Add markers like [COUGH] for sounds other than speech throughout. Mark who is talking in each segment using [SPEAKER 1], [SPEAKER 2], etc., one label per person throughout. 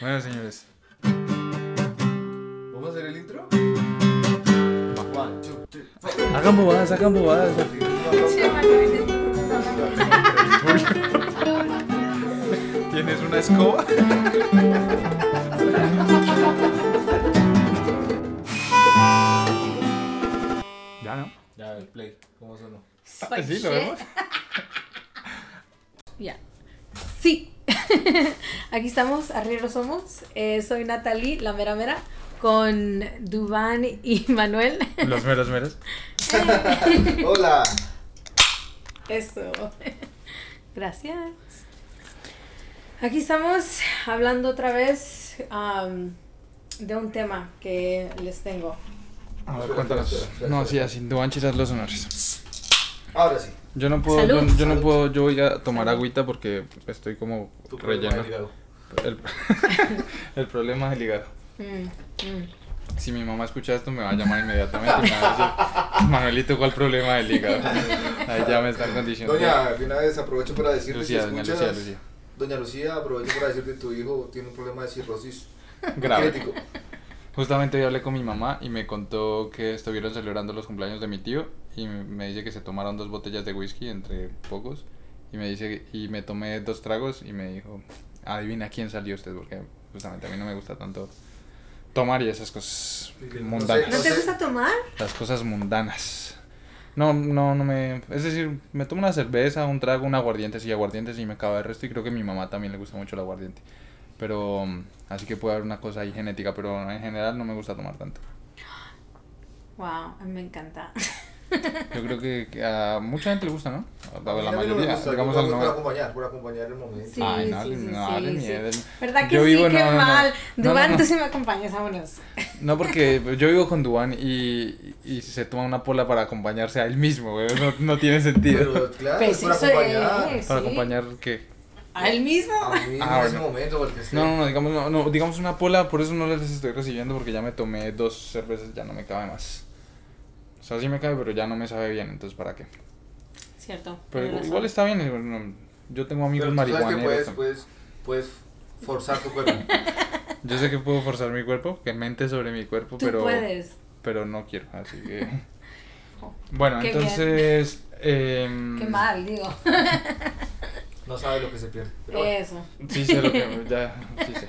[SPEAKER 1] Bueno, señores.
[SPEAKER 2] ¿Vamos a hacer el intro? One, two, three, four.
[SPEAKER 1] Hagan bobadas, hagan bobadas.
[SPEAKER 3] Pues
[SPEAKER 1] ¿Tienes una escoba? [LAUGHS] ya, ¿no?
[SPEAKER 2] Ya, el play. ¿Cómo sonó?
[SPEAKER 3] Pues
[SPEAKER 1] Ah, sí, lo vemos.
[SPEAKER 3] Ya. Sí. [LAUGHS] Aquí estamos, arriero somos. Eh, soy Natalie, la mera mera, con Dubán y [LAUGHS] Manuel.
[SPEAKER 1] Los meros meros.
[SPEAKER 2] Hola.
[SPEAKER 3] Eso. Gracias. Aquí estamos hablando otra vez am, de un tema que les tengo.
[SPEAKER 1] A ver, cuéntanos. No, sí, así, Duan chizas los honores.
[SPEAKER 2] Ahora sí.
[SPEAKER 1] Yo no puedo, yo,
[SPEAKER 3] Salud.
[SPEAKER 1] yo no
[SPEAKER 2] Salud.
[SPEAKER 1] puedo, yo voy a tomar agüita porque estoy como
[SPEAKER 2] Tu problema
[SPEAKER 1] relleno.
[SPEAKER 2] del hígado.
[SPEAKER 1] El, el [LAUGHS] problema del hígado.
[SPEAKER 3] Mm, mm.
[SPEAKER 1] Si mi mamá escucha esto, me va a llamar inmediatamente y me va a decir, Manuelito, ¿cuál problema del [LAUGHS] hígado? Ahí ya me están condicionando.
[SPEAKER 2] Doña, de una vez aprovecho para decirte
[SPEAKER 1] Lucía,
[SPEAKER 2] si
[SPEAKER 1] doña
[SPEAKER 2] escuchas.
[SPEAKER 1] Lucía, Lucía.
[SPEAKER 2] Doña Lucía, aprovecho para decirte tu hijo tiene un problema de cirrosis
[SPEAKER 1] Grave.
[SPEAKER 2] crítico.
[SPEAKER 1] Justamente hoy hablé con mi mamá y me contó que estuvieron celebrando los cumpleaños de mi tío y me dice que se tomaron dos botellas de whisky entre pocos y me dice y me tomé dos tragos y me dijo, adivina quién salió usted porque justamente a mí no me gusta tanto tomar y esas cosas
[SPEAKER 2] Y que no
[SPEAKER 1] mundanas.
[SPEAKER 3] ¿No te gusta tomar?
[SPEAKER 1] Las cosas mundanas. No, no, no me... Es decir, me tomo una cerveza, un trago, un aguardiente, sí, aguardiente, sí, me acaba el resto y creo que a mi mamá también le gusta mucho el aguardiente. Pero, mm, así que puede haber una cosa ahí genética, pero en general no me gusta tomar tanto.
[SPEAKER 3] Wow, a mí me encanta.
[SPEAKER 1] Yo creo que, que a mucha gente le gusta, ¿no? A
[SPEAKER 2] mí
[SPEAKER 1] la
[SPEAKER 2] también no me
[SPEAKER 1] mayoría,
[SPEAKER 2] gusta,
[SPEAKER 1] digamos
[SPEAKER 2] yo
[SPEAKER 1] al
[SPEAKER 2] lo hago Por
[SPEAKER 1] 90.
[SPEAKER 2] acompañar, por acompañar el momento.
[SPEAKER 3] Sí,
[SPEAKER 1] Ay, no,
[SPEAKER 3] sí, sí,
[SPEAKER 1] no,
[SPEAKER 3] sí,
[SPEAKER 1] hable
[SPEAKER 3] sí.
[SPEAKER 1] mierda.
[SPEAKER 3] ¿Verdad que
[SPEAKER 1] Yo
[SPEAKER 3] sí?
[SPEAKER 1] vivo-
[SPEAKER 3] Qué
[SPEAKER 1] no, no, no.
[SPEAKER 3] mal.
[SPEAKER 1] No, no,
[SPEAKER 3] Dubán,
[SPEAKER 1] no.
[SPEAKER 3] tú sí me acompañas, vámonos.
[SPEAKER 1] No, porque yo vivo con Duan y, y se toma una pola para acompañarse a él mismo, güey. No, no tiene sentido.
[SPEAKER 2] Pero claro,
[SPEAKER 3] Pues
[SPEAKER 2] es por
[SPEAKER 3] eso
[SPEAKER 2] acompañar.
[SPEAKER 3] es,
[SPEAKER 1] ¿Para
[SPEAKER 3] sí.
[SPEAKER 1] acompañar qué?
[SPEAKER 3] ¿A él mismo?
[SPEAKER 2] A mí en
[SPEAKER 1] Ah,
[SPEAKER 2] ese
[SPEAKER 1] bueno.
[SPEAKER 2] momento, porque sí.
[SPEAKER 1] No, no, no, digamos, no, no, digamos una pola, por eso no les estoy recibiendo porque ya me tomé dos cervezas, ya no me cabe más. O sea, sí me cabe, pero ya no me sabe bien, entonces ¿para qué?
[SPEAKER 3] Cierto.
[SPEAKER 1] Pero
[SPEAKER 3] tienes
[SPEAKER 1] igual
[SPEAKER 3] razón.
[SPEAKER 1] está bien, eh, no, yo tengo
[SPEAKER 2] Pero
[SPEAKER 1] amigos
[SPEAKER 2] tú sabes que
[SPEAKER 1] marihuaneros.
[SPEAKER 2] puedes,
[SPEAKER 1] también.
[SPEAKER 2] puedes, puedes forzar tu cuerpo.
[SPEAKER 1] Yo sé que puedo forzar mi cuerpo, que mente sobre mi cuerpo,
[SPEAKER 3] Tú
[SPEAKER 1] pero
[SPEAKER 3] puedes.
[SPEAKER 1] pero no quiero, así que Bueno,
[SPEAKER 3] Qué
[SPEAKER 1] entonces em,
[SPEAKER 3] Qué mal, digo.
[SPEAKER 2] No sabes lo que se pierde. Pero bueno.
[SPEAKER 3] Eso.
[SPEAKER 1] Sí sé lo que ya sí sé.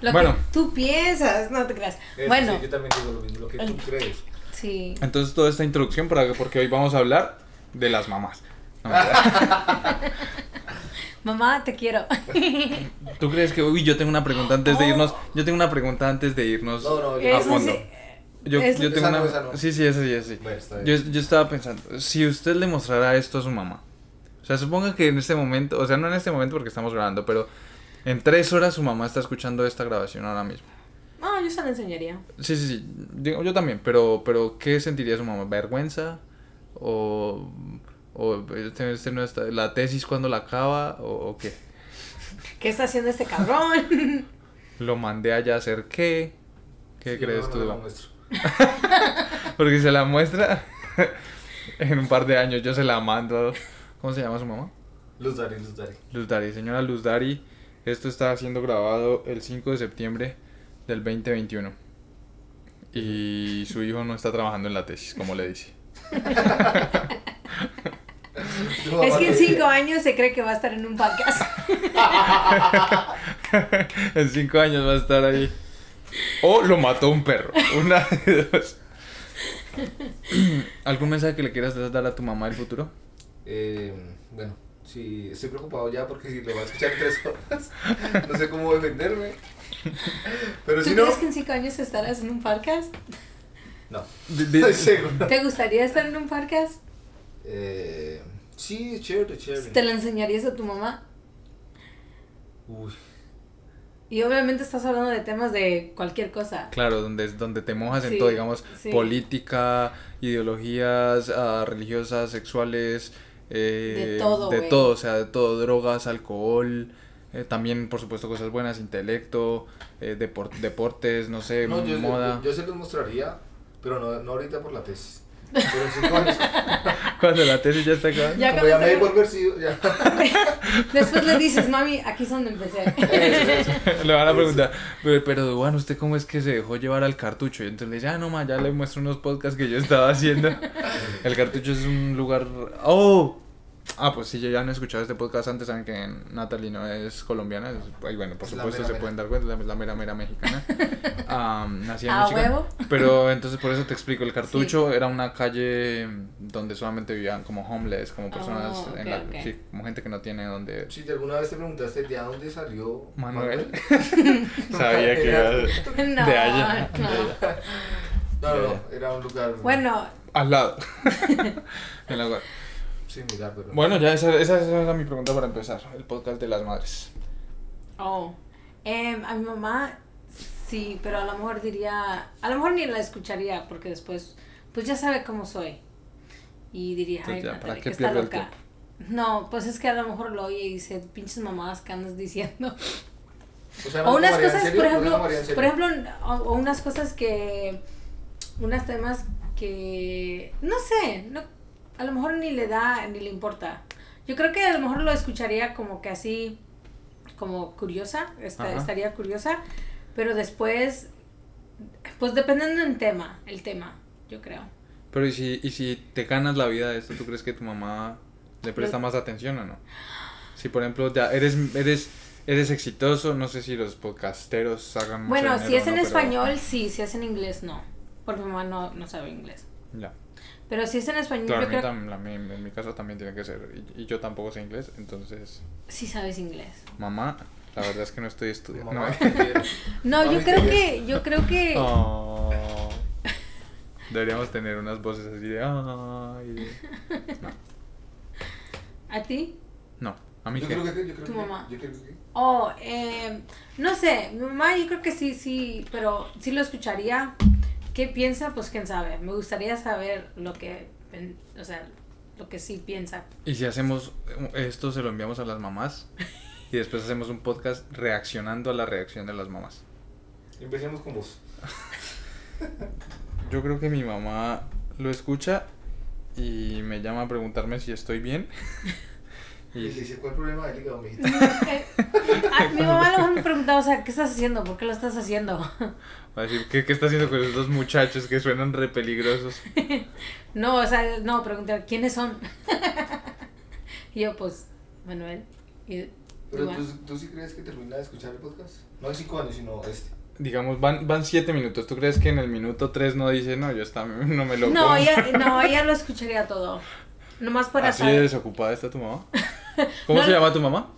[SPEAKER 3] Lo
[SPEAKER 1] Bueno.
[SPEAKER 3] que tú piensas, no te creas.
[SPEAKER 2] Eh,
[SPEAKER 3] bueno,
[SPEAKER 2] sí, yo también digo lo mismo, lo que tú
[SPEAKER 3] El-
[SPEAKER 2] crees.
[SPEAKER 3] sí.
[SPEAKER 1] Entonces toda esta introducción para que- porque hoy vamos a hablar de las mamás.
[SPEAKER 2] [LAUGHS]
[SPEAKER 1] No, mentira.
[SPEAKER 3] Mamá, te quiero. [LAUGHS]
[SPEAKER 1] ¿Tú crees que uy, yo tengo una pregunta antes de irnos? Yo tengo una pregunta antes de irnos.
[SPEAKER 2] No, no, yo-
[SPEAKER 1] a
[SPEAKER 3] Eso
[SPEAKER 1] fondo.
[SPEAKER 3] Ah. sí.
[SPEAKER 1] Yo,
[SPEAKER 3] Es-
[SPEAKER 1] yo tengo
[SPEAKER 2] Esa no,
[SPEAKER 1] una.
[SPEAKER 2] esa no.
[SPEAKER 1] Sí, sí, esa sí, esa sí.
[SPEAKER 2] Bueno, está
[SPEAKER 1] Yo,
[SPEAKER 2] bien.
[SPEAKER 1] yo estaba pensando, si usted le mostrara esto a su mamá, o sea, suponga que en este momento, o sea, no en este momento porque estamos grabando, pero en tres horas su mamá está escuchando esta grabación ahora mismo.
[SPEAKER 3] No, yo se la enseñaría.
[SPEAKER 1] Sí, sí, sí, digo, yo también, pero, pero ¿qué sentiría su mamá? ¿Vergüenza? ¿O, o este, este no está- la tesis cuando la acaba? ¿O, o qué?
[SPEAKER 3] ¿Qué está haciendo
[SPEAKER 1] [LAUGHS]
[SPEAKER 3] este cabrón?
[SPEAKER 1] ¿Lo mandé allá a hacer qué? ¿Qué
[SPEAKER 2] Sí,
[SPEAKER 1] crees
[SPEAKER 2] no, no
[SPEAKER 1] tú?
[SPEAKER 2] te lo muestro.
[SPEAKER 1] Porque se la muestra [LAUGHS] en un par de años. Yo se la mando. ¿Cómo se llama su mamá?
[SPEAKER 2] Luz Dari, Luz
[SPEAKER 3] [LAUGHS]
[SPEAKER 2] Dari.
[SPEAKER 1] Luz Dari. Señora Luz Dari, esto está siendo grabado el 5 de septiembre del 2021. Y su hijo no está trabajando en la tesis, como le dice. [LAUGHS]
[SPEAKER 3] es que en cinco años se cree que va a estar en
[SPEAKER 1] [LAUGHS]
[SPEAKER 3] un podcast.
[SPEAKER 1] en 5 años va a estar ahí. O lo mató un perro. Una de dos. [CLEARS THROAT] ¿Algún mensaje que le quieras dar a tu mamá del futuro?
[SPEAKER 2] [LAUGHS] Eh, bueno, sí, estoy preocupado ya porque si lo va a escuchar en tres horas, no sé cómo defenderme. Pero
[SPEAKER 3] ¿Tú
[SPEAKER 2] si no,
[SPEAKER 3] crees que en cinco años estarás en un podcast?
[SPEAKER 2] no,
[SPEAKER 1] Di- di-
[SPEAKER 2] estoy
[SPEAKER 3] [LAUGHS]
[SPEAKER 2] seguro.
[SPEAKER 3] ¿Te gustaría estar en un podcast?
[SPEAKER 2] Eh, sí, chévere,
[SPEAKER 3] ¿Te
[SPEAKER 2] chévere.
[SPEAKER 3] lo enseñarías a tu mamá?
[SPEAKER 2] Uy,
[SPEAKER 3] Y obviamente estás hablando de temas de cualquier cosa.
[SPEAKER 1] Claro, donde, donde te mojas en
[SPEAKER 3] Sí,
[SPEAKER 1] todo, digamos,
[SPEAKER 3] sí.
[SPEAKER 1] política, ideologías ah, religiosas, sexuales, eh,
[SPEAKER 3] De todo,
[SPEAKER 1] de
[SPEAKER 3] güey.
[SPEAKER 1] todo, o sea, de todo, drogas, alcohol, eh, también, por supuesto, cosas buenas, intelecto, eh, depor- deportes, no sé,
[SPEAKER 2] no, yo,
[SPEAKER 1] moda.
[SPEAKER 3] [LAUGHS]
[SPEAKER 2] yo, yo se los mostraría, pero no, no ahorita por la tesis. Pero sí, cuando,
[SPEAKER 1] [LAUGHS] Cuando la tesis ya está acá.
[SPEAKER 3] Ya
[SPEAKER 2] como ya me di
[SPEAKER 3] cuando
[SPEAKER 2] por vencido, ya.
[SPEAKER 3] se- Después le dices, mami, aquí es
[SPEAKER 1] [LAUGHS]
[SPEAKER 3] donde empecé.
[SPEAKER 1] Le van a preguntar, pero, pero Duan, ¿usted cómo es que se dejó llevar al cartucho? Y entonces le dice, ah, no, ma, ya le muestro unos podcasts que yo estaba
[SPEAKER 2] [LAUGHS]
[SPEAKER 1] haciendo. El cartucho es un lugar... ¡Oh! Ah, pues si ya han escuchado este podcast antes, saben que Natalie no es colombiana. es- y bueno, por
[SPEAKER 2] Es la
[SPEAKER 1] supuesto
[SPEAKER 2] mera,
[SPEAKER 1] se
[SPEAKER 2] mera.
[SPEAKER 1] pueden dar cuenta, la, la mera mera
[SPEAKER 2] [LAUGHS]
[SPEAKER 1] mexicana. Ah, nacida en
[SPEAKER 3] A
[SPEAKER 1] Michigan.
[SPEAKER 3] huevo.
[SPEAKER 1] Pero entonces por eso te explico, el cartucho era una calle donde solamente vivían como homeless, como personas
[SPEAKER 3] Oh,
[SPEAKER 1] en
[SPEAKER 3] ok,
[SPEAKER 1] la...
[SPEAKER 3] ok.
[SPEAKER 1] sí, como gente que no tiene donde...
[SPEAKER 2] Si de alguna vez te preguntaste de dónde salió
[SPEAKER 1] Manuel. [LAUGHS] Sabía que
[SPEAKER 2] Era-
[SPEAKER 1] iba a-
[SPEAKER 3] No,
[SPEAKER 1] De allá.
[SPEAKER 2] [LAUGHS]
[SPEAKER 3] no.
[SPEAKER 2] No, no, no, era un lugar.
[SPEAKER 3] Bueno,
[SPEAKER 1] Al lado. [LAUGHS] En la cual-
[SPEAKER 2] Sí, mirar, pero.
[SPEAKER 1] bueno, ya esa, esa, esa era mi pregunta para empezar. El podcast de las madres.
[SPEAKER 3] oh. em, a mi mamá sí, pero a lo mejor diría, a lo mejor ni la escucharía porque después, pues ya sabe cómo soy. Y diría, ay,
[SPEAKER 1] Entonces, ya, ¿para
[SPEAKER 3] Natalia,
[SPEAKER 1] qué
[SPEAKER 3] que está
[SPEAKER 1] pierdo el
[SPEAKER 3] loca.
[SPEAKER 1] tiempo?
[SPEAKER 3] No, pues es que a lo mejor lo oye y dice, pinches mamadas que andas diciendo.
[SPEAKER 2] O sea, no
[SPEAKER 3] O
[SPEAKER 2] lo
[SPEAKER 3] unas
[SPEAKER 2] tomaría en
[SPEAKER 3] cosas,
[SPEAKER 2] serio,
[SPEAKER 3] por
[SPEAKER 2] no lo
[SPEAKER 3] ejemplo,
[SPEAKER 2] tomaría en serio.
[SPEAKER 3] por ejemplo, o, o unas cosas que, unas temas que, no sé, no, a lo mejor ni le da, ni le importa. Yo creo que a lo mejor lo escucharía como que así, como curiosa, esta-
[SPEAKER 1] Ajá.
[SPEAKER 3] estaría curiosa, pero después, pues dependiendo del tema, el tema, yo creo.
[SPEAKER 1] Pero ¿y si, ¿y si te ganas la vida de esto, tú crees que tu mamá le presta
[SPEAKER 3] Lo-
[SPEAKER 1] más atención o no? Si, por ejemplo, ya eres, eres, eres exitoso, no sé si los podcasteros hagan mucho
[SPEAKER 3] Bueno, si
[SPEAKER 1] dinero
[SPEAKER 3] es
[SPEAKER 1] o
[SPEAKER 3] en
[SPEAKER 1] Mm, no, pero-
[SPEAKER 3] español, sí, si es en inglés, no, porque mi mamá no, no sabe inglés.
[SPEAKER 1] Ya.
[SPEAKER 3] Pero si es en español,
[SPEAKER 1] Claro, a
[SPEAKER 3] yo
[SPEAKER 1] mí
[SPEAKER 3] creo
[SPEAKER 1] tam- a mí- en mi caso también tiene que ser. Y, y yo tampoco sé inglés, entonces,
[SPEAKER 3] sí sabes inglés.
[SPEAKER 1] mamá, la verdad es que no estoy estudiando.
[SPEAKER 2] Mamá,
[SPEAKER 1] [LAUGHS] No.
[SPEAKER 3] No, yo
[SPEAKER 2] Mami,
[SPEAKER 3] creo
[SPEAKER 2] ¿qué
[SPEAKER 3] que, yo creo que,
[SPEAKER 1] [LAUGHS] Oh. Deberíamos tener unas voces así de. Ay.
[SPEAKER 3] ¿a ti?
[SPEAKER 1] No, a mí
[SPEAKER 2] Yo
[SPEAKER 1] qué.
[SPEAKER 2] creo que. Yo creo
[SPEAKER 3] Tu
[SPEAKER 2] que-
[SPEAKER 3] mamá.
[SPEAKER 2] Yo creo que.
[SPEAKER 3] Oh, eh, no sé, mi mamá yo creo que sí, sí, pero sí lo escucharía. ¿Qué piensa? Pues quién sabe. Me gustaría saber lo que, pen- o sea, lo que sí piensa.
[SPEAKER 1] ¿Y si hacemos esto, se lo enviamos a las mamás? Y después hacemos un podcast reaccionando a la reacción de las mamás.
[SPEAKER 2] Empecemos con vos.
[SPEAKER 1] Yo creo que mi mamá lo escucha y me llama a preguntarme si estoy
[SPEAKER 2] [LAUGHS]
[SPEAKER 1] bien.
[SPEAKER 2] Y
[SPEAKER 1] [LAUGHS] Y
[SPEAKER 2] le dice, ¿cuál problema del hígado, mijita?
[SPEAKER 3] Eh, ah, mi mamá a lo mejor me preguntaba, o sea, ¿qué estás haciendo? ¿Por qué lo estás haciendo? [LAUGHS]
[SPEAKER 1] va a decir, ¿qué, qué está haciendo con estos muchachos que suenan re peligrosos?
[SPEAKER 3] No, o sea, no, pregunté, ¿quiénes son? [LAUGHS] Y yo, pues, Manuel. Y,
[SPEAKER 2] Pero
[SPEAKER 3] Igual.
[SPEAKER 2] ¿tú,
[SPEAKER 1] pues,
[SPEAKER 2] tú sí crees que termina de escuchar el podcast? No en cinco años, sino este.
[SPEAKER 1] Digamos, van, van siete minutos. ¿Tú crees que en el minuto tres no dice, no, yo está, no me lo
[SPEAKER 3] no,
[SPEAKER 1] como"?
[SPEAKER 3] ella, no, ella lo escucharía todo. Nomás para
[SPEAKER 1] ¿Así
[SPEAKER 3] saber.
[SPEAKER 1] de desocupada está tu
[SPEAKER 3] [LAUGHS]
[SPEAKER 1] mamá? ¿Cómo
[SPEAKER 3] No,
[SPEAKER 1] se
[SPEAKER 3] no.
[SPEAKER 1] llama tu
[SPEAKER 3] [LAUGHS]
[SPEAKER 1] mamá?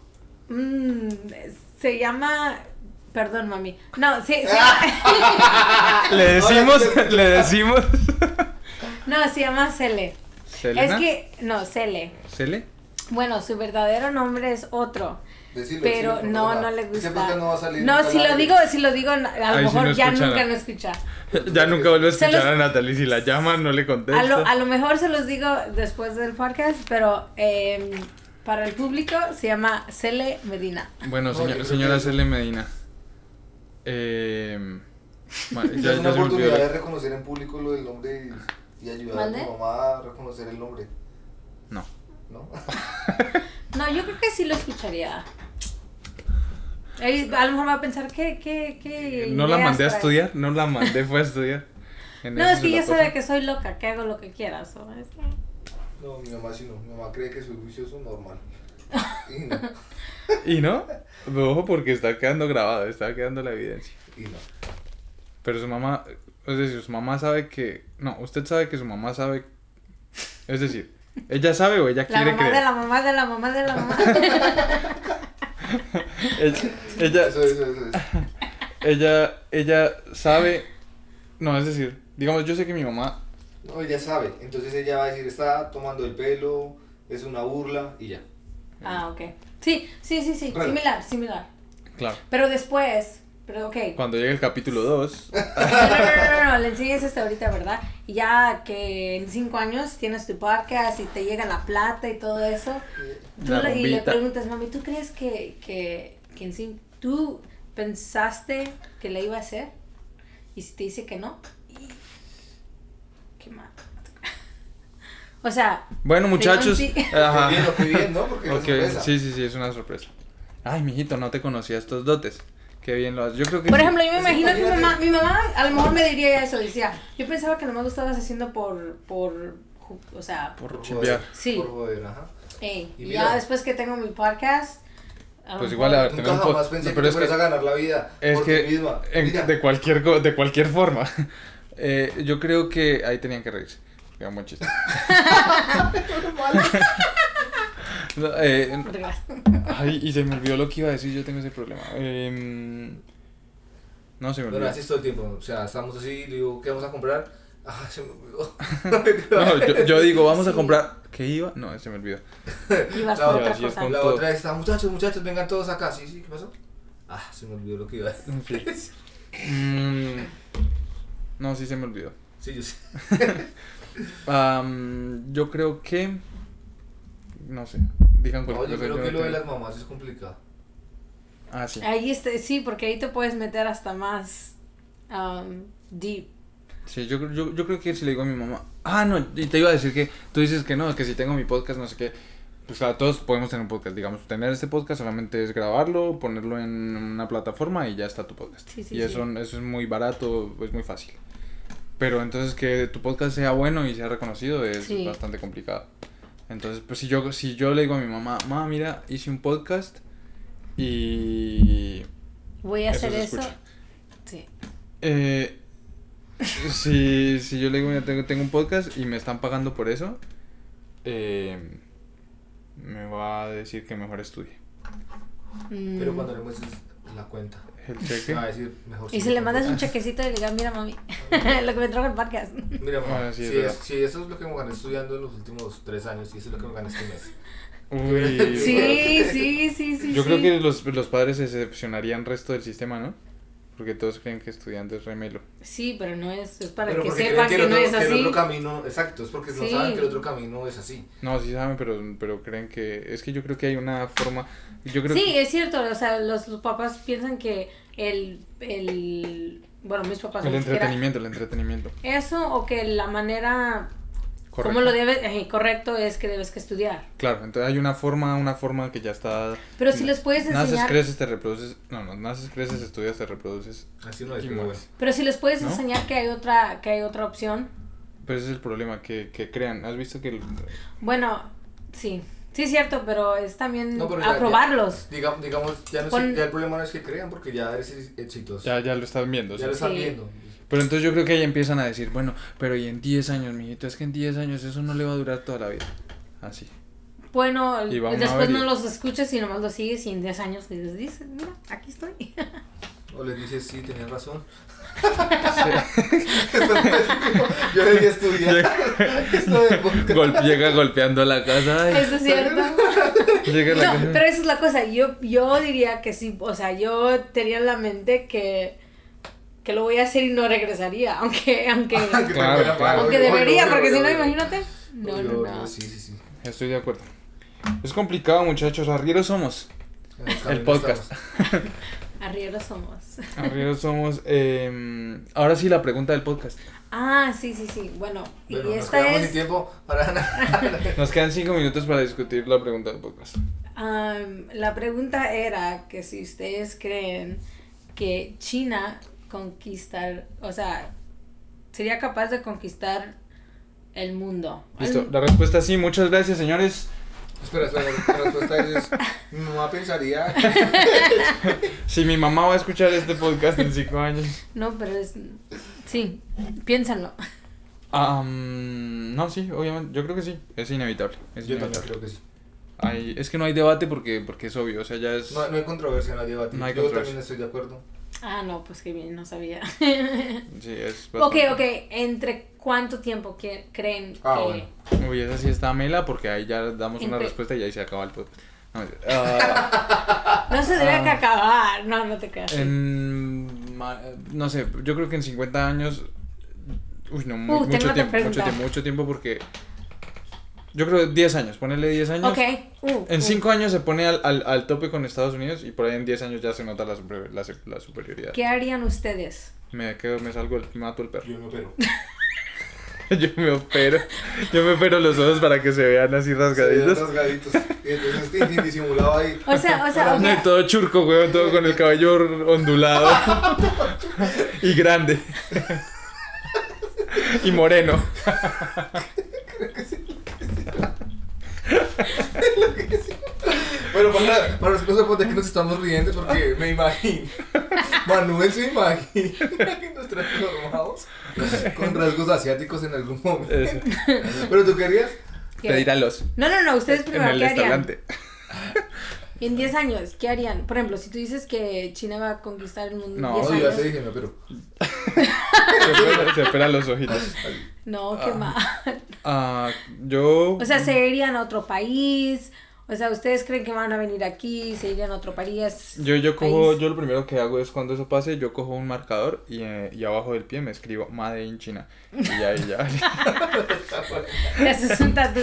[SPEAKER 3] Mm, se llama. Perdón, mami. No, se, se llama,
[SPEAKER 1] [LAUGHS]
[SPEAKER 2] [LAUGHS]
[SPEAKER 1] Le decimos, [LAUGHS] le decimos.
[SPEAKER 3] no, se llama Cele.
[SPEAKER 1] ¿Selena?
[SPEAKER 3] Es que. No, Cele.
[SPEAKER 1] ¿Cele?
[SPEAKER 3] Bueno, su verdadero nombre es otro.
[SPEAKER 2] Decirlo,
[SPEAKER 3] Pero
[SPEAKER 2] decirlo,
[SPEAKER 3] no,
[SPEAKER 2] porque
[SPEAKER 3] no le
[SPEAKER 2] Ese
[SPEAKER 3] gusta.
[SPEAKER 2] podcast no va a salir.
[SPEAKER 3] No,
[SPEAKER 2] nunca
[SPEAKER 3] si
[SPEAKER 2] al
[SPEAKER 3] lo
[SPEAKER 2] aire.
[SPEAKER 3] digo, si lo digo, no, a lo
[SPEAKER 1] Ahí sí
[SPEAKER 3] mejor
[SPEAKER 1] no
[SPEAKER 3] ya
[SPEAKER 1] escucha
[SPEAKER 3] nunca
[SPEAKER 1] nada.
[SPEAKER 3] no escucha.
[SPEAKER 1] [LAUGHS] Ya nunca vuelvo a
[SPEAKER 3] Se los-
[SPEAKER 1] escuchar a Natalie. Si la llama, no le contesta.
[SPEAKER 3] A lo, a lo mejor se los digo después del podcast, pero eh, para el público se llama Cele Medina.
[SPEAKER 1] Bueno,
[SPEAKER 2] No,
[SPEAKER 1] señor-
[SPEAKER 2] yo creo
[SPEAKER 1] señora
[SPEAKER 2] que-
[SPEAKER 1] Cele Medina. Eh, [LAUGHS] bueno,
[SPEAKER 2] Es
[SPEAKER 1] ya, ya
[SPEAKER 2] una
[SPEAKER 1] se me olvidó.
[SPEAKER 2] oportunidad de reconocer en público lo del nombre y, y ayudar
[SPEAKER 3] ¿Mande?
[SPEAKER 2] a tu mamá a reconocer el nombre,
[SPEAKER 1] No.
[SPEAKER 2] ¿no?
[SPEAKER 3] No, yo creo que sí lo escucharía. Él a lo mejor va a pensar que... que, que
[SPEAKER 1] No la
[SPEAKER 3] ideas
[SPEAKER 1] mandé a
[SPEAKER 3] trae?
[SPEAKER 1] estudiar, no la mandé, fue a
[SPEAKER 3] [LAUGHS]
[SPEAKER 1] estudiar. En
[SPEAKER 3] No,
[SPEAKER 1] eso
[SPEAKER 3] es
[SPEAKER 1] se
[SPEAKER 3] que
[SPEAKER 1] la
[SPEAKER 3] ya sabe
[SPEAKER 1] pasan.
[SPEAKER 3] que soy loca, que hago lo que quieras. ¿sabes?
[SPEAKER 2] No, mi mamá sí no. Mi mamá cree que soy juicioso normal. Y no,
[SPEAKER 1] Y no, ojo, porque está quedando grabado, está quedando la evidencia.
[SPEAKER 2] y no.
[SPEAKER 1] Pero su mamá, es decir, su mamá sabe que. No, usted sabe que su mamá sabe. Es decir, ¿ella sabe o ella
[SPEAKER 3] La
[SPEAKER 1] quiere
[SPEAKER 3] mamá de
[SPEAKER 1] creer?
[SPEAKER 3] la mamá de la mamá de
[SPEAKER 1] [LAUGHS]
[SPEAKER 3] la mamá.
[SPEAKER 1] Ella, ella,
[SPEAKER 2] Eso, eso, eso. eso.
[SPEAKER 1] ella, ella sabe. No, es decir, digamos, yo sé que mi mamá.
[SPEAKER 2] No, ella sabe. Entonces ella va a decir, está tomando el pelo, es una burla y ya.
[SPEAKER 3] ah, ok. Sí, sí, sí, sí.
[SPEAKER 2] Bueno.
[SPEAKER 3] Similar, similar.
[SPEAKER 1] Claro.
[SPEAKER 3] Pero después... Pero ok.
[SPEAKER 1] [LAUGHS]
[SPEAKER 3] No,
[SPEAKER 1] Cuando llegue el capítulo 2,
[SPEAKER 3] no, no, no, no, le enseñas hasta ahorita, ¿verdad? Y ya que en cinco años tienes tu podcast y te llega la plata y todo eso, Tú
[SPEAKER 1] La
[SPEAKER 3] le- y le
[SPEAKER 1] bombita.
[SPEAKER 3] preguntas, mami, ¿tú crees que, que, que en sí tú pensaste que la iba a hacer? Y si te dice que no, y- qué mal. [LAUGHS] O sea,
[SPEAKER 1] Bueno, muchachos.
[SPEAKER 3] sí.
[SPEAKER 2] Qué bien,
[SPEAKER 1] Ajá.
[SPEAKER 2] qué bien, ¿no? Porque
[SPEAKER 1] Ok,
[SPEAKER 2] okay, sorpresa.
[SPEAKER 1] sí, sí, sí, es una sorpresa. Ay, mijito, no te conocía estos dotes. Qué bien lo haces. Yo creo que.
[SPEAKER 3] por ejemplo, yo me
[SPEAKER 2] Es
[SPEAKER 3] imagino que mi mamá,
[SPEAKER 2] imagínate.
[SPEAKER 3] mi mamá a lo mejor me diría eso, decía, yo pensaba que no me estabas haciendo por, por, ju- o sea,
[SPEAKER 1] Por
[SPEAKER 2] Por
[SPEAKER 1] chimbear.
[SPEAKER 2] joder,
[SPEAKER 3] Sí.
[SPEAKER 2] Por joder, ajá.
[SPEAKER 3] ey,
[SPEAKER 2] Y
[SPEAKER 3] y
[SPEAKER 2] mira.
[SPEAKER 3] ya después que tengo mi podcast. a lo
[SPEAKER 1] Pues
[SPEAKER 3] mejor-
[SPEAKER 1] igual,
[SPEAKER 3] [LAUGHS]
[SPEAKER 1] a ver, tener
[SPEAKER 2] Nunca
[SPEAKER 1] un po-
[SPEAKER 2] jamás pensé
[SPEAKER 1] no,
[SPEAKER 2] que
[SPEAKER 1] pero
[SPEAKER 2] te
[SPEAKER 1] es que-
[SPEAKER 2] fueras a ganar la vida
[SPEAKER 1] Es
[SPEAKER 2] por
[SPEAKER 1] que.
[SPEAKER 2] ti misma.
[SPEAKER 1] en-
[SPEAKER 2] Mira,
[SPEAKER 1] de, cualquier, co- de cualquier forma. [LAUGHS] Eh, yo creo que ahí tenían que reírse. Era muy chiste. [LAUGHS] No, eh, ay, y se me olvidó lo que iba a decir. Yo tengo ese problema. Em, no se me
[SPEAKER 2] Bueno,
[SPEAKER 1] olvidó.
[SPEAKER 2] así es todo el tiempo. O sea, estamos así, le digo, ¿qué vamos a comprar? [LAUGHS] Ah, se me olvidó.
[SPEAKER 1] No, yo,
[SPEAKER 2] [LAUGHS]
[SPEAKER 1] yo digo, vamos a
[SPEAKER 3] Sí.
[SPEAKER 1] comprar. ¿Qué iba? No, se me olvidó.
[SPEAKER 3] Ibas
[SPEAKER 2] Ya,
[SPEAKER 3] por otra
[SPEAKER 1] así es
[SPEAKER 3] cosa.
[SPEAKER 1] con-
[SPEAKER 2] La
[SPEAKER 1] todo.
[SPEAKER 2] otra está, muchachos, muchachos, vengan todos acá. Sí, sí, ¿qué pasó? Ah, se me olvidó lo que iba a decir.
[SPEAKER 1] En fin. Mm, no, sí se me olvidó.
[SPEAKER 2] Sí,
[SPEAKER 1] [LAUGHS]
[SPEAKER 2] yo sé.
[SPEAKER 1] Am, yo creo que. No sé. Digan
[SPEAKER 2] No,
[SPEAKER 1] cualquier
[SPEAKER 2] yo
[SPEAKER 1] cosa.
[SPEAKER 2] creo
[SPEAKER 1] yo
[SPEAKER 2] que
[SPEAKER 1] no
[SPEAKER 2] lo de
[SPEAKER 1] tengo-
[SPEAKER 2] las mamás es complicado.
[SPEAKER 1] Ah, sí.
[SPEAKER 3] Ahí este, sí, porque ahí te puedes meter hasta más um, deep.
[SPEAKER 1] Sí, yo, yo, yo creo que si le digo a mi mamá. Ah, no, y te iba a decir que tú dices que no, que si tengo mi podcast, no sé qué. Pues claro, todos podemos tener un podcast. Digamos, tener este podcast solamente es grabarlo, ponerlo en una plataforma y ya está tu podcast.
[SPEAKER 3] Sí, sí,
[SPEAKER 1] y eso,
[SPEAKER 3] sí.
[SPEAKER 1] eso es muy barato, es muy fácil. Pero entonces que tu podcast sea bueno y sea reconocido es
[SPEAKER 3] Sí.
[SPEAKER 1] bastante complicado. Entonces, pues si yo, si yo le digo a mi mamá, mamá, mira, hice un podcast y...
[SPEAKER 3] Voy a
[SPEAKER 1] Eso
[SPEAKER 3] hacer
[SPEAKER 1] se
[SPEAKER 3] eso.
[SPEAKER 1] escucha.
[SPEAKER 3] Sí.
[SPEAKER 1] Eh, si, si yo le digo, mira, tengo, tengo un podcast y me están pagando por eso, eh, me va a decir que mejor estudie.
[SPEAKER 3] Mm.
[SPEAKER 2] Pero cuando le muestres la cuenta,
[SPEAKER 1] El
[SPEAKER 2] me
[SPEAKER 1] cheque.
[SPEAKER 2] va a decir mejor. sí,
[SPEAKER 3] Y si le
[SPEAKER 2] mejor.
[SPEAKER 3] mandas un chequecito y le digas, mira mami, [LAUGHS] lo que me trajo el podcast.
[SPEAKER 2] [LAUGHS] Mira, mamá,
[SPEAKER 1] Ah, sí, es
[SPEAKER 2] si, es-
[SPEAKER 1] verdad.
[SPEAKER 2] si eso es lo que me gané estudiando en los últimos tres años y eso es lo que me gané este mes.
[SPEAKER 1] Uy,
[SPEAKER 3] Sí, sí, sí, sí.
[SPEAKER 1] Yo creo
[SPEAKER 3] sí.
[SPEAKER 1] que los, los padres se decepcionarían resto del sistema, ¿no? Porque todos creen que estudiante es remelo.
[SPEAKER 3] Sí, pero no es, es para
[SPEAKER 2] Pero
[SPEAKER 3] que
[SPEAKER 2] porque
[SPEAKER 3] sepan
[SPEAKER 2] creen
[SPEAKER 3] que, no
[SPEAKER 2] el
[SPEAKER 3] es
[SPEAKER 2] otro- que el
[SPEAKER 3] así.
[SPEAKER 2] otro camino, exacto, es porque no
[SPEAKER 3] Sí.
[SPEAKER 2] saben que el otro camino es así.
[SPEAKER 1] No, sí saben, pero, pero creen que... Es que yo creo que hay una forma... Yo creo
[SPEAKER 3] Sí,
[SPEAKER 1] que...
[SPEAKER 3] es cierto, o sea, los, los papás piensan que el, el, bueno, mis papás
[SPEAKER 1] El
[SPEAKER 3] ni siquiera-
[SPEAKER 1] entretenimiento, el entretenimiento.
[SPEAKER 3] Eso o que la manera,
[SPEAKER 1] Correcto.
[SPEAKER 3] como lo debes, eh, correcto es que debes que estudiar.
[SPEAKER 1] Claro, entonces hay una forma, una forma que ya está...
[SPEAKER 3] Pero si les puedes
[SPEAKER 1] Naces,
[SPEAKER 3] enseñar,
[SPEAKER 1] creces, te reproduces... No, no, naces, creces, estudias, te reproduces
[SPEAKER 2] Así no es,
[SPEAKER 1] y
[SPEAKER 2] pero bueno.
[SPEAKER 1] mueres.
[SPEAKER 3] pero si les puedes
[SPEAKER 1] ¿No?
[SPEAKER 3] enseñar que hay otra, que hay otra opción,
[SPEAKER 1] Pero ese es el problema, que, que crean. ¿Has visto que el-
[SPEAKER 3] bueno, sí, sí es cierto, pero es también
[SPEAKER 2] No, pero ya- ya-
[SPEAKER 3] aprobarlos.
[SPEAKER 2] Digamos, digamos ya, no es-
[SPEAKER 3] Pon-
[SPEAKER 2] ya el problema no es que crean porque ya eres exitoso. Ya,
[SPEAKER 1] ya, ya lo estás viendo? o sea.
[SPEAKER 2] lo están
[SPEAKER 3] Sí.
[SPEAKER 2] viendo.
[SPEAKER 1] Pero entonces yo creo que ahí empiezan a decir, bueno, pero y en 10 años, mijito, es que en 10 años eso no le va a durar toda la vida. Así.
[SPEAKER 3] Bueno,
[SPEAKER 1] Y vamos a
[SPEAKER 3] después
[SPEAKER 1] ver
[SPEAKER 3] no
[SPEAKER 1] y-
[SPEAKER 3] los escuchas y nomás los sigues y en 10 años les dices, mira, aquí estoy. [LAUGHS]
[SPEAKER 2] O les dices, sí, tenías razón. [LAUGHS]
[SPEAKER 1] Sí.
[SPEAKER 2] Yo debía estudiar.
[SPEAKER 1] [LAUGHS]
[SPEAKER 2] [LAUGHS] Esto de podcast.
[SPEAKER 1] Gol- llega golpeando la casa. ay,
[SPEAKER 3] Eso es cierto. [LAUGHS]
[SPEAKER 1] llega a la
[SPEAKER 3] No,
[SPEAKER 1] casa.
[SPEAKER 3] pero esa es la cosa. Yo, yo diría que sí. O sea, yo tenía en la mente que, que lo voy a hacer y no regresaría. [LAUGHS] Aunque, aunque,
[SPEAKER 2] Aunque
[SPEAKER 1] Claro,
[SPEAKER 2] fuera
[SPEAKER 1] claro.
[SPEAKER 2] mal,
[SPEAKER 3] aunque
[SPEAKER 2] obvio,
[SPEAKER 3] debería,
[SPEAKER 2] obvio,
[SPEAKER 3] porque si
[SPEAKER 2] obvio,
[SPEAKER 3] no,
[SPEAKER 2] obvio.
[SPEAKER 3] imagínate. No,
[SPEAKER 2] Obvio,
[SPEAKER 3] no,
[SPEAKER 2] obvio,
[SPEAKER 3] no.
[SPEAKER 2] Sí, sí, sí.
[SPEAKER 1] Estoy de acuerdo. Es complicado, muchachos. Arrieros somos.
[SPEAKER 2] En camino
[SPEAKER 1] podcast.
[SPEAKER 2] estamos.
[SPEAKER 3] Arrieros somos.
[SPEAKER 1] Arrieros somos. eh, ahora sí, la pregunta del podcast.
[SPEAKER 3] Ah, sí, sí, sí. Bueno,
[SPEAKER 2] Bueno,
[SPEAKER 3] y
[SPEAKER 2] nos
[SPEAKER 3] esta
[SPEAKER 2] quedamos sin
[SPEAKER 3] es.
[SPEAKER 2] tiempo para nada.
[SPEAKER 1] Nos quedan 5 minutos para discutir la pregunta del podcast.
[SPEAKER 3] am, la pregunta era que si ustedes creen que China conquistar. O sea, sería capaz de conquistar el mundo.
[SPEAKER 1] Listo. La respuesta es sí. Muchas gracias, señores.
[SPEAKER 2] [LAUGHS] Espera, espera, la respuesta es, mi mamá pensaría que
[SPEAKER 1] Si mi mamá va a escuchar este podcast en 5 años.
[SPEAKER 3] No, pero es. Sí, piénsalo.
[SPEAKER 1] Am, no, sí, obviamente, yo creo que sí, es inevitable. Es,
[SPEAKER 2] Yo también
[SPEAKER 1] inevitable.
[SPEAKER 2] creo que sí.
[SPEAKER 1] Hay- es que no hay debate porque, porque es obvio, o sea, ya es...
[SPEAKER 2] No, no hay controversia, no hay debate.
[SPEAKER 1] No hay
[SPEAKER 2] Yo
[SPEAKER 1] controversia.
[SPEAKER 2] también estoy de acuerdo.
[SPEAKER 3] Ah, no, pues qué bien,
[SPEAKER 1] [LAUGHS]
[SPEAKER 3] no sabía.
[SPEAKER 1] Sí, es
[SPEAKER 3] ok,
[SPEAKER 1] bastante-
[SPEAKER 3] ok, ¿entre cuánto tiempo que- creen
[SPEAKER 2] Ah,
[SPEAKER 3] que.?
[SPEAKER 2] bueno.
[SPEAKER 1] Uy, esa sí está mela porque ahí ya damos una
[SPEAKER 3] Entre-
[SPEAKER 1] respuesta y ahí se acaba el podcast. No, mentira.
[SPEAKER 3] [LAUGHS]
[SPEAKER 1] Ah,
[SPEAKER 3] No se debería que
[SPEAKER 1] Ah.
[SPEAKER 3] acabar. No, no te creas.
[SPEAKER 1] en ma- no sé, yo creo que en 50 años... Uy, no, mu-
[SPEAKER 3] Uh, tengo
[SPEAKER 1] mucho
[SPEAKER 3] otra
[SPEAKER 1] tiempo, mucho
[SPEAKER 3] pregunta.
[SPEAKER 1] tiempo, mucho tiempo porque... Yo creo 10 años, ponerle 10 años.
[SPEAKER 3] Ok. uh,
[SPEAKER 1] En
[SPEAKER 3] uh.
[SPEAKER 1] 5 años se pone al, al, al tope con Estados Unidos y por ahí en 10 años ya se nota la, super- la, su- la superioridad.
[SPEAKER 3] ¿Qué harían ustedes?
[SPEAKER 1] Me quedo, me salgo, el- mato el perro.
[SPEAKER 2] Yo no, pero.
[SPEAKER 1] [LAUGHS] Yo me opero. Yo me opero los ojos para que se vean así rasgaditos.
[SPEAKER 2] rasgaditos. Y entonces tin, tin, disimulado ahí.
[SPEAKER 3] O sea, o sea, o
[SPEAKER 1] No, y
[SPEAKER 3] sea,
[SPEAKER 1] todo churco, weón, todo con el cabello ondulado. y grande. y moreno.
[SPEAKER 2] Bueno, para, para los que no sepan de qué nos estamos riendo, porque me imagino. Manuel se imagina que nos transformamos con rasgos asiáticos en algún momento.
[SPEAKER 1] Eso.
[SPEAKER 2] Pero tú querías.
[SPEAKER 3] ¿qué?
[SPEAKER 1] Pedir a los.
[SPEAKER 3] No, no, no, ustedes
[SPEAKER 1] En
[SPEAKER 3] primero,
[SPEAKER 1] el
[SPEAKER 3] ¿qué harían?
[SPEAKER 1] restaurante.
[SPEAKER 3] En 10 años, ¿qué harían? Por ejemplo, si tú dices que China va a conquistar el mundo en
[SPEAKER 1] No,
[SPEAKER 3] 10
[SPEAKER 2] No, yo Ah, ya
[SPEAKER 3] años.
[SPEAKER 2] te dije, no,
[SPEAKER 3] [LAUGHS]
[SPEAKER 2] pero.
[SPEAKER 1] Se opera- Se operan los ojitos.
[SPEAKER 3] No, qué
[SPEAKER 1] Ah.
[SPEAKER 3] mal.
[SPEAKER 1] Ah, yo.
[SPEAKER 3] O sea, se irían a otro país. O sea, ¿ustedes creen que van a venir aquí? ¿Se irían a otro país? [LAUGHS]
[SPEAKER 1] Yo, yo cojo,
[SPEAKER 3] país.
[SPEAKER 1] yo lo primero que hago es cuando eso pase, yo cojo un marcador y, eh, y abajo del pie me escribo Made in China. Y ya, y ya. [LAUGHS]
[SPEAKER 3] Te haces un tatu.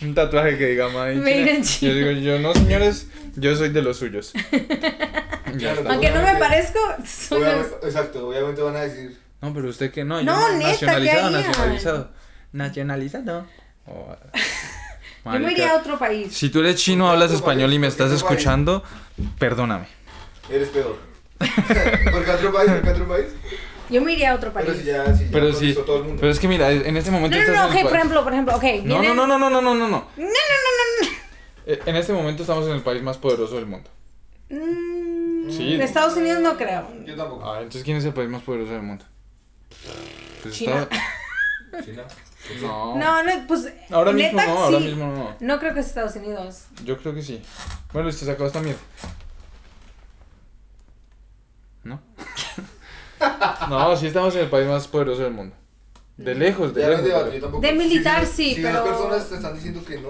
[SPEAKER 1] un tatuaje que diga Made in
[SPEAKER 3] Made
[SPEAKER 1] China.
[SPEAKER 3] in China.
[SPEAKER 1] Yo digo, yo no, señores, yo soy de los
[SPEAKER 3] [LAUGHS]
[SPEAKER 1] suyos. Ya
[SPEAKER 2] Claro, pues.
[SPEAKER 1] está.
[SPEAKER 3] Aunque no me parezco, soy
[SPEAKER 2] Obviamente, exacto, obviamente van a decir.
[SPEAKER 1] No, pero usted que no. yo
[SPEAKER 3] No, neta, ¿qué
[SPEAKER 1] nacionalizado,
[SPEAKER 3] harían?
[SPEAKER 1] nacionalizado. Nacionalizado. Oh,
[SPEAKER 3] Yo me
[SPEAKER 1] marica.
[SPEAKER 3] iría a otro país.
[SPEAKER 1] Si tú eres chino, hablas
[SPEAKER 2] Otro
[SPEAKER 1] español y me
[SPEAKER 2] país,
[SPEAKER 1] estás
[SPEAKER 2] otro país.
[SPEAKER 1] escuchando, perdóname.
[SPEAKER 2] Eres
[SPEAKER 3] [LAUGHS]
[SPEAKER 2] peor. ¿Por qué otro país? ¿Por qué otro país?
[SPEAKER 3] Yo me iría a otro
[SPEAKER 2] Pero si
[SPEAKER 3] país.
[SPEAKER 2] ya, si ya
[SPEAKER 1] Pero sí,
[SPEAKER 2] conquistó todo el mundo.
[SPEAKER 1] pero es que mira, en este
[SPEAKER 3] No,
[SPEAKER 1] momento
[SPEAKER 3] no,
[SPEAKER 1] estás
[SPEAKER 3] no,
[SPEAKER 1] en el
[SPEAKER 3] ok, por
[SPEAKER 1] país-
[SPEAKER 3] ejemplo, por ejemplo, ok.
[SPEAKER 1] No, no,
[SPEAKER 3] vienen-
[SPEAKER 1] no, no, no, no, no, no, no. No, no, no, En este momento estamos en el país más poderoso del mundo.
[SPEAKER 3] Mm,
[SPEAKER 1] Sí.
[SPEAKER 3] Estados Unidos no creo.
[SPEAKER 2] Yo tampoco.
[SPEAKER 1] Ah, entonces ¿quién es el país más poderoso del mundo? Pues
[SPEAKER 3] China.
[SPEAKER 2] China.
[SPEAKER 1] Ah. No.
[SPEAKER 3] [LAUGHS] No, no, pues.
[SPEAKER 1] Ahora mismo
[SPEAKER 3] neta,
[SPEAKER 1] no, ahora
[SPEAKER 3] sí.
[SPEAKER 1] mismo no.
[SPEAKER 3] No creo que es Estados Unidos.
[SPEAKER 1] Yo creo que sí. Bueno, listo, se acabó esta mierda. ¿No? [LAUGHS] no, sí estamos en el país más poderoso del mundo. De lejos, de
[SPEAKER 2] Ya no es
[SPEAKER 1] lejos.
[SPEAKER 2] debate,
[SPEAKER 1] pero-
[SPEAKER 2] yo tampoco.
[SPEAKER 3] De militar,
[SPEAKER 2] Si-
[SPEAKER 3] sí,
[SPEAKER 2] si
[SPEAKER 3] pero-
[SPEAKER 2] las personas te están diciendo que no,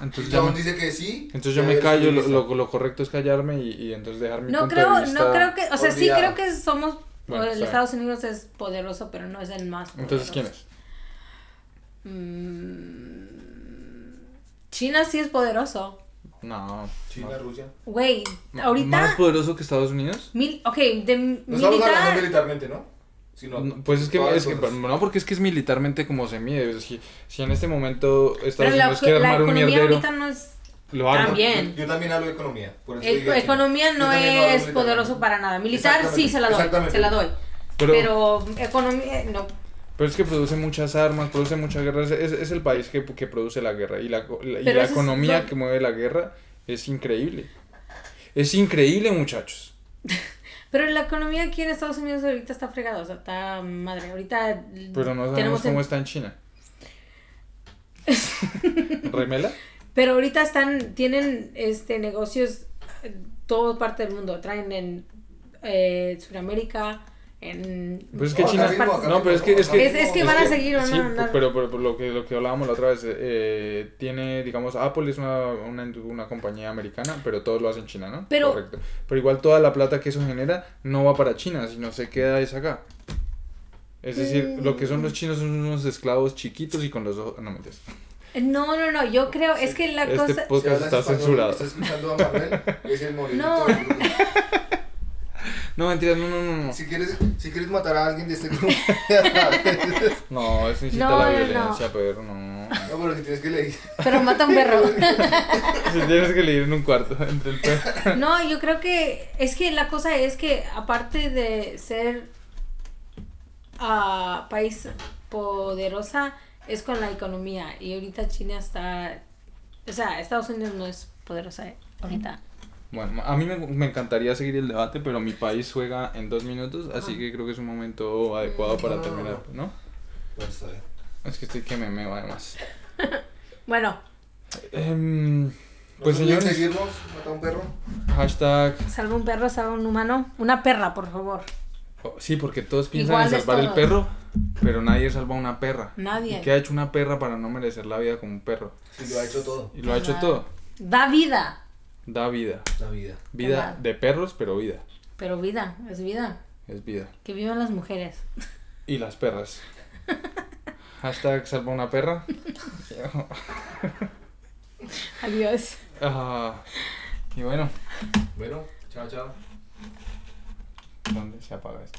[SPEAKER 1] Entonces,
[SPEAKER 2] y
[SPEAKER 1] yo
[SPEAKER 2] Chabón
[SPEAKER 1] me,
[SPEAKER 2] dice que sí.
[SPEAKER 1] entonces yo
[SPEAKER 2] ya
[SPEAKER 1] me
[SPEAKER 2] eres
[SPEAKER 1] callo, lo,
[SPEAKER 2] feminista.
[SPEAKER 1] lo, lo correcto es callarme y, y entonces dejar mi
[SPEAKER 3] No
[SPEAKER 1] punto
[SPEAKER 3] creo,
[SPEAKER 1] de vista.
[SPEAKER 3] no creo que. O sea, sí
[SPEAKER 2] olvidado.
[SPEAKER 3] creo que somos.
[SPEAKER 1] Bueno,
[SPEAKER 3] el
[SPEAKER 1] está bien.
[SPEAKER 3] Estados Unidos es poderoso, pero no es el más poderoso.
[SPEAKER 1] Entonces, ¿quién es?
[SPEAKER 3] Mm, China sí es poderoso.
[SPEAKER 1] No.
[SPEAKER 2] China, Rusia.
[SPEAKER 3] Güey,
[SPEAKER 1] no. ¿Más
[SPEAKER 3] ahorita.
[SPEAKER 1] poderoso que Estados Unidos?
[SPEAKER 3] Mil, ok, de
[SPEAKER 2] No estamos hablando
[SPEAKER 3] militar.
[SPEAKER 2] militarmente, ¿no? Sino
[SPEAKER 1] No, Pues es que,
[SPEAKER 2] todas
[SPEAKER 1] es que-
[SPEAKER 2] cosas.
[SPEAKER 1] no, porque es que es militarmente como se mide. es que si en este momento Estados
[SPEAKER 3] Pero la,
[SPEAKER 1] Unidos quiere
[SPEAKER 3] la
[SPEAKER 1] armar un
[SPEAKER 3] economía
[SPEAKER 1] mierdero,
[SPEAKER 3] ahorita no es.
[SPEAKER 1] lo arma.
[SPEAKER 3] también.
[SPEAKER 2] Yo, yo también hablo de economía. Por eso
[SPEAKER 3] el-
[SPEAKER 2] dije que-
[SPEAKER 3] economía
[SPEAKER 2] yo
[SPEAKER 3] no
[SPEAKER 2] también hablo
[SPEAKER 3] es
[SPEAKER 2] militarmente.
[SPEAKER 3] poderoso para nada. Militar sí
[SPEAKER 2] Exactamente,
[SPEAKER 3] se la doy.
[SPEAKER 2] exactamente.
[SPEAKER 3] Se la doy.
[SPEAKER 1] Pero,
[SPEAKER 3] Pero, economía. No.
[SPEAKER 1] pero es que produce muchas armas, produce muchas guerras. Es, es el país que, que produce la guerra. Y la, la- y
[SPEAKER 3] Pero
[SPEAKER 1] la
[SPEAKER 3] eso es
[SPEAKER 1] economía
[SPEAKER 3] lo-
[SPEAKER 1] que mueve la guerra es increíble. Es increíble, muchachos.
[SPEAKER 3] Pero la economía aquí en Estados Unidos ahorita está fregada. O sea, está madre. Ahorita.
[SPEAKER 1] Pero no sabemos
[SPEAKER 3] tenemos en-
[SPEAKER 1] cómo está en
[SPEAKER 3] [LAUGHS]
[SPEAKER 1] China. ¿Remela?
[SPEAKER 3] Pero ahorita están, tienen este negocios en toda parte del mundo. Traen en eh, Sudamérica, en
[SPEAKER 1] Pues es que
[SPEAKER 2] No,
[SPEAKER 1] China-
[SPEAKER 2] acá mismo, acá
[SPEAKER 1] no,
[SPEAKER 2] mismo,
[SPEAKER 1] pero es que-
[SPEAKER 2] acá
[SPEAKER 1] es que-
[SPEAKER 3] Es- es que
[SPEAKER 2] mismo.
[SPEAKER 3] van a seguir o no,
[SPEAKER 1] Sí,
[SPEAKER 3] no.
[SPEAKER 1] pero, pero, pero lo, que, lo que hablábamos la otra vez, eh, tiene, digamos, Apple es una, una, indu- una compañía americana, pero todos lo hacen en China, ¿no?
[SPEAKER 3] Pero-
[SPEAKER 1] Correcto. Pero igual toda la plata que eso genera no va para China, sino se queda es acá. Es decir,
[SPEAKER 3] Mm.
[SPEAKER 1] lo que son los chinos son unos esclavos chiquitos y con los ojos... No, mentiras.
[SPEAKER 3] No, no, no, yo creo, es que la
[SPEAKER 1] Este
[SPEAKER 3] cosa...
[SPEAKER 1] po- podcast
[SPEAKER 2] Si hablas
[SPEAKER 1] está
[SPEAKER 2] español, este
[SPEAKER 1] censurado.
[SPEAKER 2] Estás escuchando a Manuel, es el morenito
[SPEAKER 3] No.
[SPEAKER 2] del grupo.
[SPEAKER 1] No, mentiras, no, no, no. No,
[SPEAKER 2] Si quieres, si quieres matar a alguien de este grupo,
[SPEAKER 1] no eso incita
[SPEAKER 3] No,
[SPEAKER 1] a la
[SPEAKER 3] no, no.
[SPEAKER 1] violencia, pero no. [LAUGHS]
[SPEAKER 2] no, pero si tienes que leer.
[SPEAKER 3] [LAUGHS] Pero mata a un perro.
[SPEAKER 1] Si tienes que leer en un cuarto, entre el perro.
[SPEAKER 3] No, yo creo que es que la cosa es que aparte de ser ah, país poderosa, es con la economía. Y ahorita China está... O sea, Estados Unidos no es poderosa eh, ahorita.
[SPEAKER 1] Bueno, a mí me, me encantaría seguir el debate, pero mi país juega en dos minutos, así que creo que es un momento adecuado para
[SPEAKER 2] No.
[SPEAKER 1] terminar, ¿no?
[SPEAKER 2] Bueno, Pues, está bien.
[SPEAKER 1] Es que estoy que me meo además.
[SPEAKER 3] Bueno,
[SPEAKER 1] Em,
[SPEAKER 2] ¿No
[SPEAKER 1] pues
[SPEAKER 2] se puede
[SPEAKER 1] señores,
[SPEAKER 2] seguirnos? ¿Mata a un perro?
[SPEAKER 1] hashtag...
[SPEAKER 3] salva un perro, salva un humano. Una perra, por favor.
[SPEAKER 1] oh, sí, porque todos piensan
[SPEAKER 3] Iguales
[SPEAKER 1] en salvar el
[SPEAKER 3] todos.
[SPEAKER 1] perro, pero nadie salva a una perra.
[SPEAKER 3] Nadie.
[SPEAKER 1] ¿Y qué ha hecho una perra para no merecer la vida como un perro?
[SPEAKER 2] Si lo ha hecho todo,
[SPEAKER 1] Y lo ha hecho
[SPEAKER 3] Nada.
[SPEAKER 1] todo.
[SPEAKER 3] Da vida.
[SPEAKER 1] Da vida.
[SPEAKER 2] la vida.
[SPEAKER 1] Vida
[SPEAKER 3] Nada.
[SPEAKER 1] de perros, pero vida.
[SPEAKER 3] Pero vida, es vida.
[SPEAKER 1] Es vida.
[SPEAKER 3] Que vivan las mujeres.
[SPEAKER 1] Y las perras. Hashtag salva una perra.
[SPEAKER 3] Adiós.
[SPEAKER 1] Ah, y bueno,
[SPEAKER 2] Bueno, chao, chao.
[SPEAKER 1] ¿dónde se apaga esto?